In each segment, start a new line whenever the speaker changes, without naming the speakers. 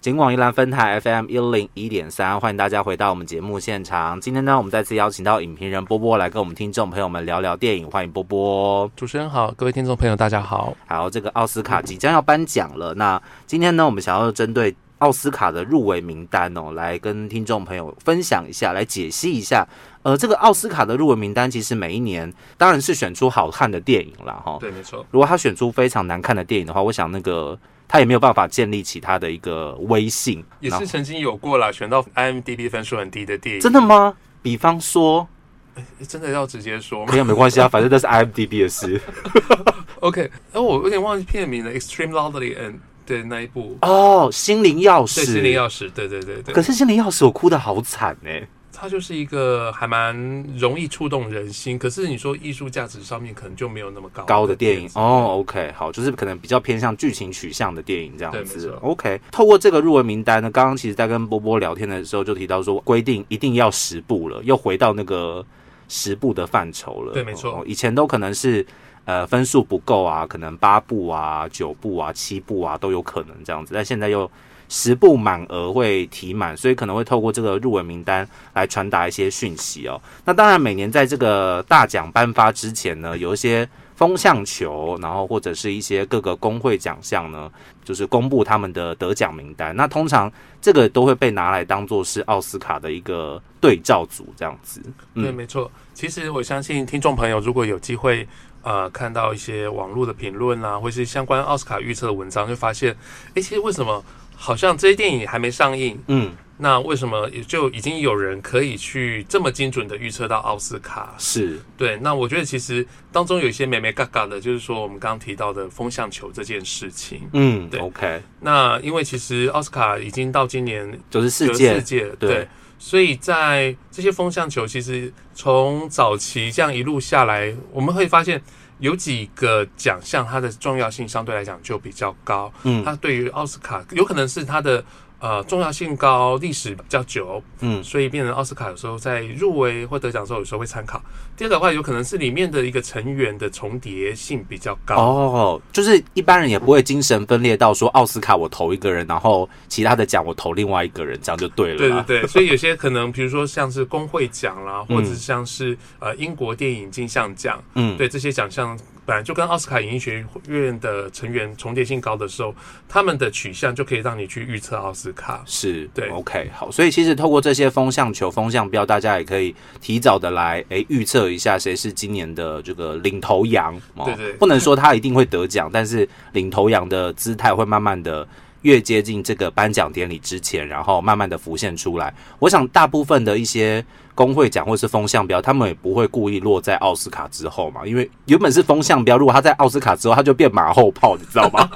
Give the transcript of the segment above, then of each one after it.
尽管宜兰分台 FM 一零一点三，欢迎大家回到我们节目现场。今天呢，我们再次邀请到影评人波波来跟我们听众朋友们聊聊电影，欢迎波波。
主持人好，各位听众朋友大家好。
好，这个奥斯卡即将要颁奖了，那今天呢，我们想要针对奥斯卡的入围名单哦，来跟听众朋友分享一下，来解析一下。呃，这个奥斯卡的入围名单，其实每一年当然是选出好看的电影啦，哈。
对，没错。
如果他选出非常难看的电影的话，我想那个他也没有办法建立起他的一个威信。
也
然后
是曾经有过啦，选到 IMDB 分数很低的电影，
真的吗？比方说，
真的要直接说吗
没有没关系啊， 反正都是 IMDB 的事
？OK，哎、我有点忘记片名了，《Extreme Loudly》嗯，对那一部，
哦。心灵钥匙，
对，心灵钥匙，对对对
可
对，
是心灵钥匙我哭的好惨哎、
它就是一个还蛮容易触动人心，可是你说艺术价值上面可能就没有那么高
高的电影
子
哦，OK，好，就是可能比较偏向剧情取向的电影这样子
对没。错
OK，透过这个入围名单呢，刚刚其实在跟波波聊天的时候就提到说，规定一定要十部了，又回到那个十部的范畴了。
对没错
哦以前都可能是呃分数不够啊，可能八部啊、九部啊、七部啊都有可能这样子，但现在又。十部满额会提满，所以可能会透过这个入围名单来传达一些讯息哦。那当然，每年在这个大奖颁发之前呢，有一些风向球，然后或者是一些各个工会奖项呢，就是公布他们的得奖名单。那通常这个都会被拿来当做是奥斯卡的一个对照组这样子。嗯
对，没错。其实我相信听众朋友如果有机会，呃，看到一些网络的评论啦、或是相关奥斯卡预测的文章，就发现，诶，其实为什么好像这些电影还没上映，
嗯，
那为什么也就已经有人可以去这么精准的预测到奥斯卡？
是
对，那我觉得其实当中有一些美美嘎嘎的，就是说我们刚刚提到的风向球这件事情。
嗯
对
，OK，
那因为其实奥斯卡已经到今年
就是世
有
界
世界
对
对。所以在这些风向球，其实从早期这样一路下来，我们会发现有几个奖项它的重要性相对来讲就比较高。
嗯
它对于奥斯卡有可能是它的呃重要性高，历史比较久，
嗯
所以变成奥斯卡有时候在入围或得奖的时候有时候会参考。第二个的话，有可能是里面的一个成员的重叠性比较高。
哦，就是一般人也不会精神分裂到说奥斯卡我投一个人，然后其他的奖我投另外一个人，这样就对了
对对
啦。
对，所以有些可能，比如说像是工会奖啦，
嗯
或者是像是呃英国电影金像奖，
嗯
对这些奖项本来就跟奥斯卡影艺学院的成员重叠性高的时候，他们的取向就可以让你去预测奥斯卡。
是，
对
，OK，好，所以其实透过这些风向球、风向标，大家也可以提早的来诶预测一下谁是今年的这个领头羊。哦、
对对
不能说他一定会得奖，但是领头羊的姿态会慢慢的。越接近这个颁奖典礼之前，然后慢慢的浮现出来。我想，大部分的一些工会奖或是风向标，他们也不会故意落在奥斯卡之后嘛，因为原本是风向标，如果他在奥斯卡之后，他就变马后炮，你知道吗？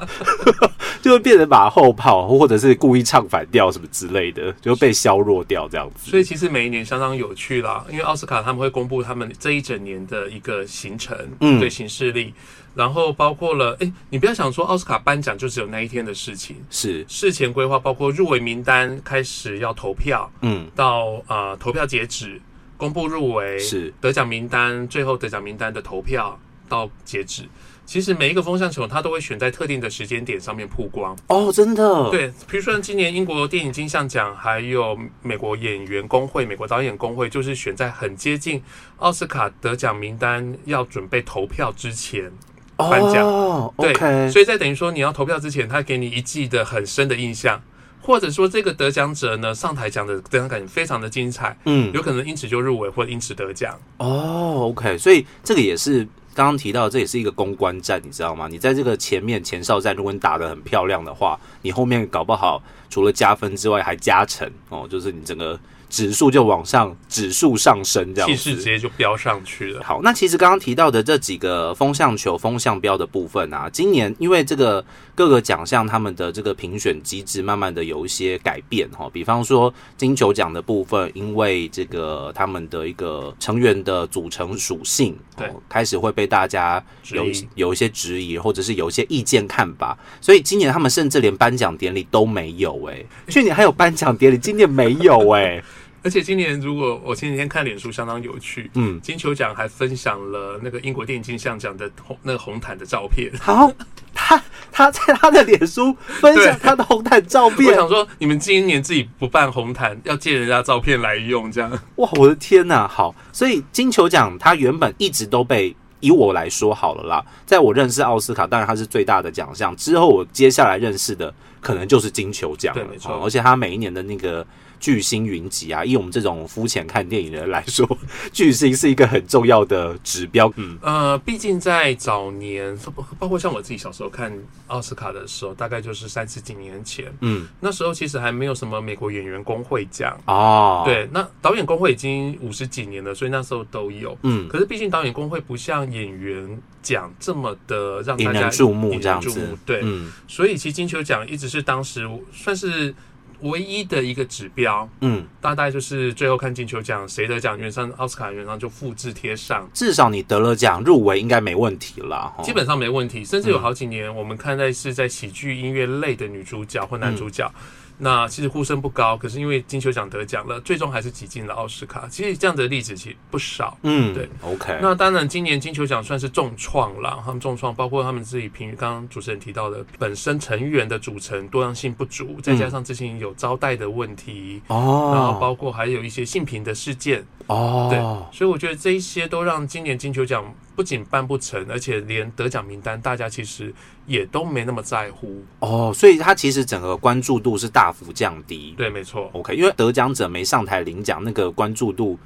就会变成马后炮，或者是故意唱反调什么之类的，就被削弱掉这样子。
所以其实每一年相当有趣啦，因为奥斯卡他们会公布他们这一整年的一个行程，
嗯
对行事历，然后包括了，哎，你不要想说奥斯卡颁奖就只有那一天的事情，
是，
事前规划包括入围名单开始要投票，
嗯，
到呃投票截止，公布入围
是
得奖名单，最后得奖名单的投票到截止。其实每一个风向球，它都会选在特定的时间点上面曝光。
哦，真的，，
对，比如说今年英国电影金像奖，还有美国演员工会、美国导演工会，就是选在很接近奥斯卡得奖名单要准备投票之前。颁奖
哦
对
，OK，
所以在等于说你要投票之前，他给你一季的很深的印象，或者说这个得奖者呢上台讲的得奖感觉非常的精彩，
嗯，
有可能因此就入围或者因此得奖。
哦，OK，所以这个也是刚刚提到，这也是一个公关战，你知道吗？你在这个前面前哨战，如果你打得很漂亮的话，你后面搞不好除了加分之外还加成哦，就是你整个指数就往上，指数上升这样
气
子。
势直接就飙上去了。
好，那其实刚刚提到的这几个风向球、风向标的部分啊，今年因为这个各个奖项他们的这个评选机制慢慢的有一些改变哈、比方说金球奖的部分，因为这个他们的一个成员的组成属性，
对
哦，开始会被大家
质
有一
疑
些有一些质疑，或者是有一些意见看法，所以今年他们 甚至连颁奖典礼都没有哎、去年还有颁奖典礼，今年没有哎、
而且今年如果我前几天看脸书相当有趣，
嗯，
金球奖还分享了那个英国电影金像奖的红那个红毯的照片。
好，他他在他的脸书分享
对
他的红毯照
我
片，
想说，你们今年自己不办红毯，要借人家照片来用，这样
哇，我的天呐！好，所以金球奖它原本一直都被以我来说好了啦，在我认识奥斯卡，当然它是最大的奖项，之后我接下来认识的可能就是金球奖了，
对没错
哦而且它每一年的那个。巨星云集啊！以我们这种肤浅看电影的人来说，巨星是一个很重要的指标。嗯，
呃，毕竟在早年，包包括像我自己小时候看奥斯卡的时候，大概就是三十几年前，
嗯，
那时候其实还没有什么美国演员工会奖。
哦，，
对，那导演工会已经五十几年了，所以那时候都有。
嗯，
可是毕竟导演工会不像演员奖这么的让
引
大家
人注目
引
这样
人注
子
目，，对，
嗯
所以其实金球奖一直是当时算是唯一的一个指标。
嗯，
大概就是最后看金球奖谁得奖，原上奥斯卡原上就复制贴上，
至少你得了奖，入围应该没问题啦。哦嗯
基本上没问题。甚至有好几年，我们看待是在喜剧音乐类的女主角或男主角，
嗯
那其实呼声不高，可是因为金球奖得奖了，最终还是挤进了奥斯卡。其实这样的例子其实不少。
嗯，
对
，OK，
那当然，今年金球奖算是重创了，他们重创包括他们自己评语，刚刚主持人提到的，本身成员的组成多样性不足，再加上之前有招待的问题，然后
哦
包括还有一些性平的事件，
哦，
所以我觉得这一些都让今年金球奖不仅办不成，而且连得奖名单大家其实也都没那么在乎。
哦，所以它其实整个关注度是大幅降低。
对，没错，
OK，因为得奖者没上台领奖，那个关注度，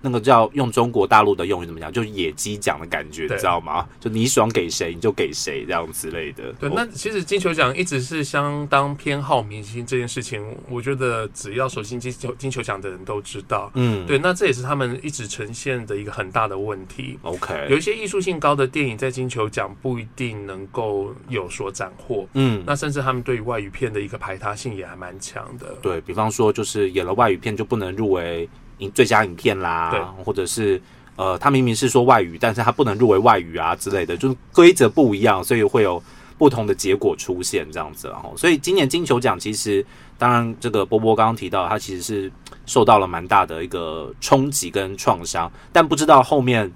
那个叫用中国大陆的用语怎么讲，就是野鸡奖的感觉，你
对
知道吗？就你爽给谁你就给谁这样之类的。
对。
哦
那其实金球奖一直是相当偏好明星这件事情，我觉得只要熟悉金球金球奖的人都知道。
嗯，
对，那这也是他们一直呈现的一个很大的问题。有
，OK，
一些艺术性高的电影在金球奖不一定能够有所斩获，
嗯，
那甚至他们对于外语片的一个排他性也还蛮强的。
对比方说，就是演了外语片就不能入围影最佳影片啦，或者是呃，他明明是说外语，但是他不能入围外语啊之类的，就是规则不一样，所以会有不同的结果出现这样子然后，所以今年金球奖其实，当然这个波波刚刚提到，他其实是受到了蛮大的一个冲击跟创伤，但不知道后面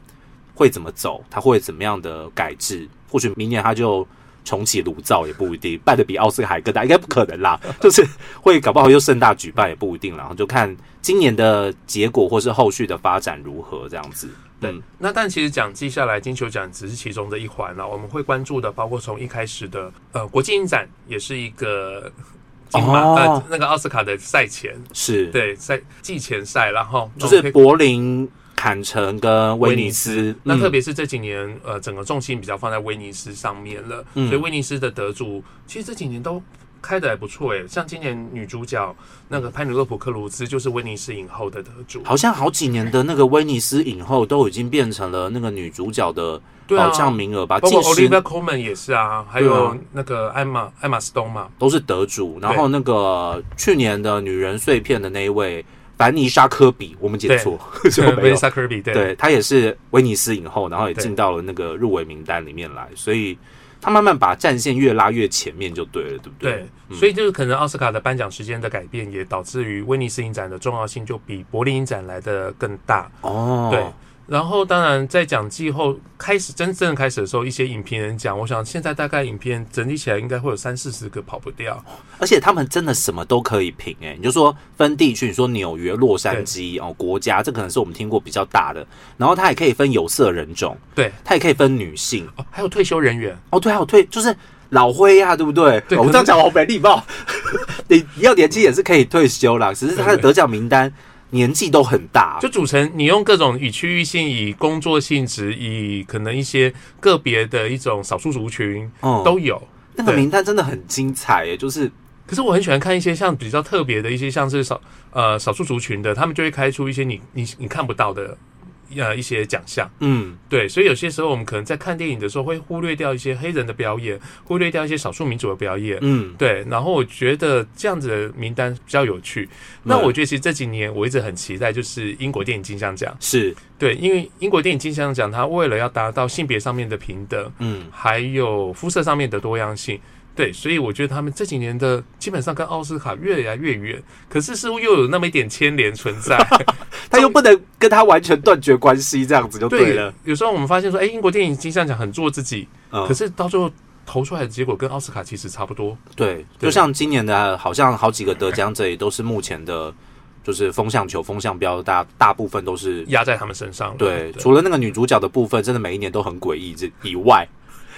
会怎么走，他会怎么样的改制，或许明年他就。重启炉灶也不一定，办的比奥斯卡还更大，应该不可能啦。就是会搞不好又盛大举办也不一定啦，然后就看今年的结果或是后续的发展如何这样子。
对，
嗯
那但其实讲记下来，金球奖只是其中的一环啦。我们会关注的，包括从一开始的呃国际影展，也是一个金马、
哦
呃那个奥斯卡的赛前，
是，
对赛季前赛，然后
就
那我
是
们可以
柏林、坎城跟威尼斯。
那特
嗯
别是这几年，呃，整个重心比较放在威尼斯上面了，
嗯
所以威尼斯的得主其实这几年都开的还不错诶、像今年女主角那个潘尼洛普克鲁兹就是威尼斯影后的得主，
好像好几年的那个威尼斯影后都已经变成了那个女主角的
对啊
保，障名额吧，
包括
近十
Olivia Colman 也是啊，还
对
有
啊
那个艾玛艾玛斯东嘛，
都是得主。然后那个去年的女人碎片的那一位凡妮莎科比，我们解错， 就
对
没有。
，Vanessa Kirby 对。
对，她也是威尼斯影后，然后也
对
进到了那个入围名单里面来，所以她慢慢把战线越拉越前面就对了，对不对？
对，嗯所以就是可能奥斯卡的颁奖时间的改变，也导致于威尼斯影展的重要性就比柏林影展来的更大。
哦，
对，然后当然在讲季后开始真正开始的时候，一些影评人讲，我想现在大概影片整理起来应该会有三四十个跑不掉。
而且他们真的什么都可以评哎、你就说分地区，你说纽约、洛杉矶哦，国家这可能是我们听过比较大的，然后它也可以分有色人种，
对，
它也可以分女性
哦，还有退休人员，
哦，对啊，我退就是老灰啊，对不对？
对
哦我
可
这样
能
讲好没礼貌， 你你要年纪也是可以退休啦，只是他的
对对
得奖名单年纪都很大，
就组成你用各种以区域性、以工作性质、以可能一些个别的一种少数族群
嗯
都有。
那个
对
名单真的很精彩耶，就是
可是我很喜欢看一些像比较特别的一些，像是少呃少数族群的，他们就会开出一些你你你看不到的呃一些奖项。
嗯，
对，所以有些时候我们可能在看电影的时候会忽略掉一些黑人的表演，忽略掉一些少数民族的表演。
嗯，
对，然后我觉得这样子的名单比较有趣。那我觉得其实这几年我一直很期待，就是英国电影金像奖。
是，
对，因为英国电影金像奖，它为了要达到性别上面的平等，
嗯
还有肤色上面的多样性，对，所以我觉得他们这几年的基本上跟奥斯卡越来越远，可是似乎又有那么一点牵连存 在。
他又不能跟他完全断绝关系，这样子就对了。
有时候我们发现说，哎，英国电影金像奖很做自己，
嗯
可是到最后投出来的结果跟奥斯卡其实差不多。
对，
对
就像今年的，好像好几个得奖者也都是目前的，就是风向球、风向标，大大部分都是
压在他们身上了。
对，除了那个女主角的部分，真的每一年都很诡异之以外，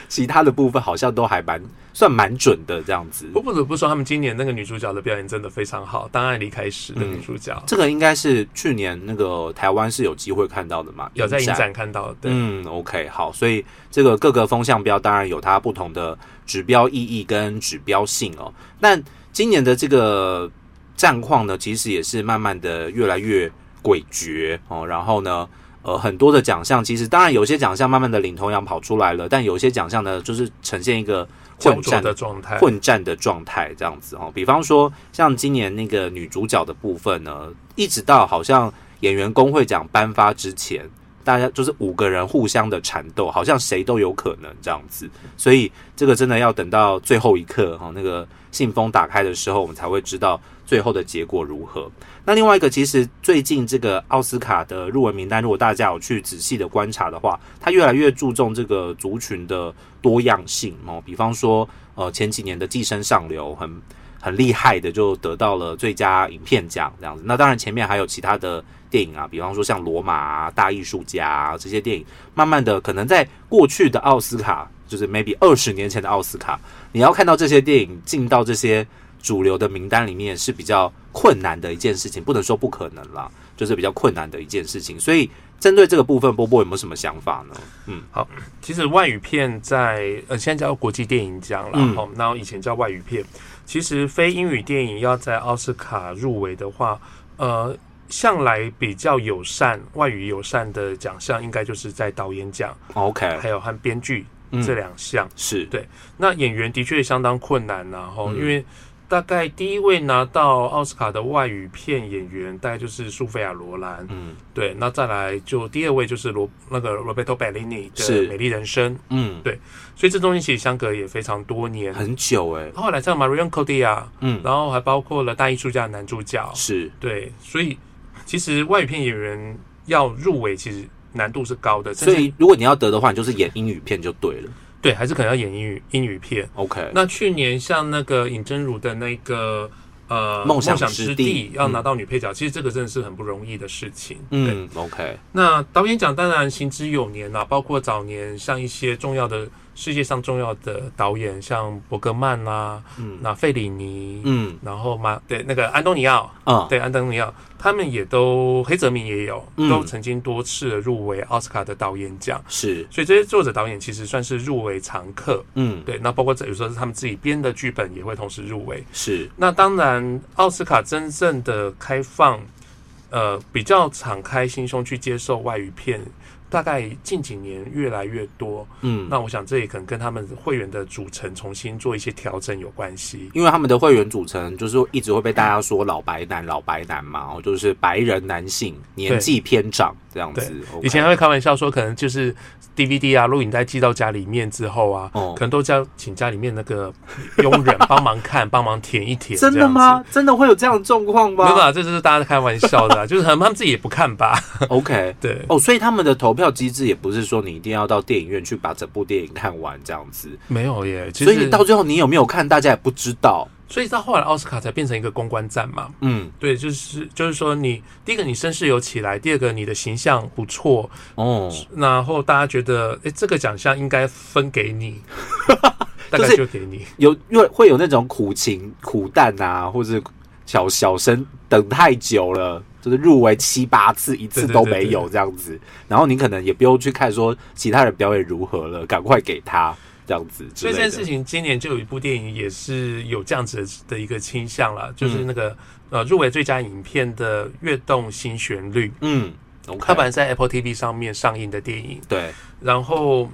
其他的部分好像都还蛮算蛮准的这样子。
我不得不说，他们今年那个女主角的表演真的非常好，《当爱离开时》的
嗯
女主角、
这个应该是去年那个台湾是有机会看到的嘛？
有在影展看到，对，
嗯，OK，好，所以这个各个风向标当然有它不同的指标意义跟指标性哦。但今年的这个战况呢，其实也是慢慢的越来越诡谲哦。然后呢，呃，很多的奖项其实当然有些奖项慢慢的领头羊跑出来了，但有些奖项呢，就是呈现一个
焦
混
灼
战
的状态。
混战的状态这样子哦。比方说，像今年那个女主角的部分呢，一直到好像演员工会奖颁发之前，大家就是五个人互相的缠斗，好像谁都有可能这样子。所以这个真的要等到最后一刻哈、哦，那个信封打开的时候，我们才会知道最后的结果如何。那另外一个，其实最近这个奥斯卡的入围名单，如果大家有去仔细的观察的话，它越来越注重这个族群的多样性哦。比方说，呃，前几年的《寄生上流》很很厉害的，就得到了最佳影片奖这样子。那当然前面还有其他的电影啊，比方说像《罗马》啊、《大艺术家啊》这些电影，慢慢的可能在过去的奥斯卡，就是 maybe 二十年前的奥斯卡，你要看到这些电影进到这些主流的名单里面是比较困难的一件事情，不能说不可能啦，就是比较困难的一件事情。所以针对这个部分，波波有没有什么想法呢？嗯，
其实外语片在呃现在叫国际电影奖了，
嗯
哦、那以前叫外语片。其实非英语电影要在奥斯卡入围的话，呃，向来比较友善、外语友善的奖项，应该就是在导演奖，
哦 OK，
还有和编剧
嗯
这两项。
是
对那演员的确相当困难、然后
嗯
因为大概第一位拿到奥斯卡的外语片演员，大概就是苏菲亚·罗兰，
嗯
对，那再来就第二位就是罗那个 Roberto Bellini 的
是
《美丽人生》，
嗯，
所以这中间其实相隔也非常多年。
很久哎、
后来像 Marion Cotillard，
嗯，
然后还包括了《大艺术家》的男主角，
是
对，所以其实外语片演员要入围，其实难度是高的，甚
所
至
以如果你要得的话，你就是演英语片就对了。
对，还是可能要演英语英语片。
OK，
那去年像那个尹真如的那个呃
梦想之
之
地
要
嗯
拿到女配角，其实这个真的是很不容易的事情。对，
嗯，OK，
那导演奖当然行之有年啦、包括早年像一些重要的世界上重要的导演，像伯格曼啦、
嗯
那费里尼，
嗯
然后嘛，对那个安东尼奥，
嗯，
对安东尼奥，他们也都黑泽明也有，
嗯
都曾经多次地入围奥斯卡的导演奖。
是，
所以这些作者导演其实算是入围常客，
嗯
对，那包括这有时候是他们自己编的剧本也会同时入围。
是，
那当然，奥斯卡真正的开放，呃，比较敞开心胸去接受外语片，大概近几年越来越多。
嗯，
那我想这也可能跟他们会员的组成重新做一些调整有关系。
因为他们的会员组成就是一直会被大家说老白男、老白男嘛，哦，就是白人男性，年纪偏长这样子。
以前还会开玩笑说，可能就是 DVD 啊、录影带寄到家里面之后啊，
哦
可能都叫请家里面那个佣人帮忙看、 帮忙填一填。
真的吗？？真的会有这样的状况
没有
吗
啦，这就是大家开玩笑的、啊，就是可能他们自己也不看吧。
？OK，
对，
哦，所以他们的投票机制也不是说你一定要到电影院去把整部电影看完这样子，
没有耶。其
所以
实
你到最后你有没有看，大家也不知道。
所以到后来奥斯卡才变成一个公关战嘛。
嗯，
对，就是就是说你第一个你声势有起来，第二个你的形象不错，
哦，
然后大家觉得诶这个奖项应该分给 你，大概
就是
就给你。
有因为会有那种苦情、苦淡啊，或者小小生等太久了，就是入围七八次，一次
对对
都
对
没
对
有这样子。然后你可能也不用去看说其他人表演如何了，赶快给他这样子之
所以
类
这
的。
件事情今年就有一部电影也是有这样子的一个倾向
嗯
了，就是那个、呃入围最佳影片的《跃动新旋律》，
嗯
它
，OK，
本来在 Apple TV 上面上映的电影，
对，
然后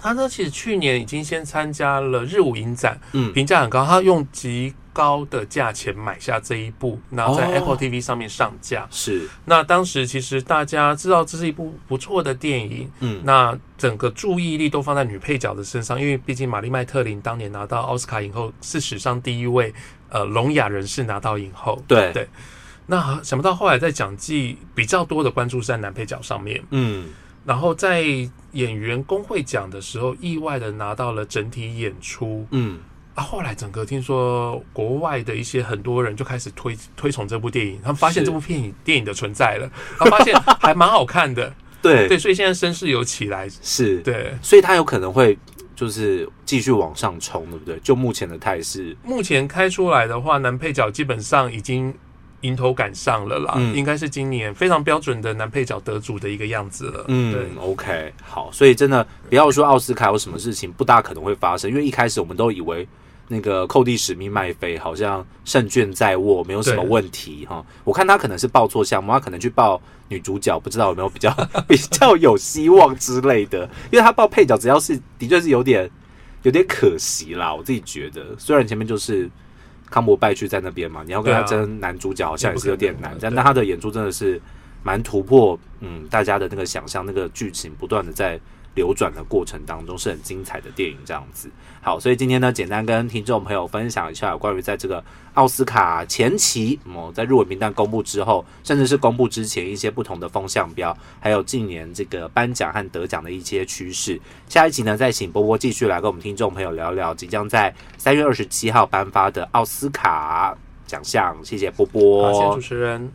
他呢，其实去年已经先参加了日舞影展，
嗯
评价很高，他用极高的价钱买下这一部，然后在
哦
Apple TV 上面上架。
是，
那当时其实大家知道这是一部不错的电影，
嗯
那整个注意力都放在女配角的身上，因为毕竟玛丽麦特琳当年拿到奥斯卡影后是史上第一位呃聋哑人士拿到影后。
对
对那想不到后来在讲季比较多的关注是在男配角上面，
嗯
然后在演员工会奖的时候，意外的拿到了整体演出。
嗯，
啊，后来整个听说国外的一些很多人就开始推推崇这部电影，他们发现
是
这部电影电影的存在 了，他发现还蛮好看的，
对
对，所以现在声势有起来，
是，
对。
所以他有可能会就是继续往上冲，对不对？就目前的态势，
目前开出来的话，男配角基本上已经迎头赶上了啦，
嗯
应该是今年非常标准的男配角得主的一个样子了。对
嗯，OK，好，所以真的不要说奥斯卡有什么事情不大可能会发生，因为一开始我们都以为那个寇蒂史密麦菲好像胜券在握，没有什么
对
问题哈。我看他可能是报错项目，他可能去报女主角，不知道有没有比 较比较有希望之类的，因为他报配角，只要是的确是有点有点可惜啦，我自己觉得，虽然前面就是。康伯拜去在那边嘛，你要跟他
对啊
争男主角，好像也是有点难
也不可能。啊
但
对
但他的演出真的是蛮突破，嗯，大家的那个想象，那个剧情不断的在流转的过程当中，是很精彩的电影这样子。好，所以今天呢，简单跟听众朋友分享一下有关于在这个奥斯卡前期，哦、在入围名单公布之后，甚至是公布之前一些不同的风向标，还有近年这个颁奖和得奖的一些趋势。下一集呢，再请波波继续来跟我们听众朋友聊聊即将在三月二十七号颁发的奥斯卡奖项。谢谢波波，
好，谢谢主持人。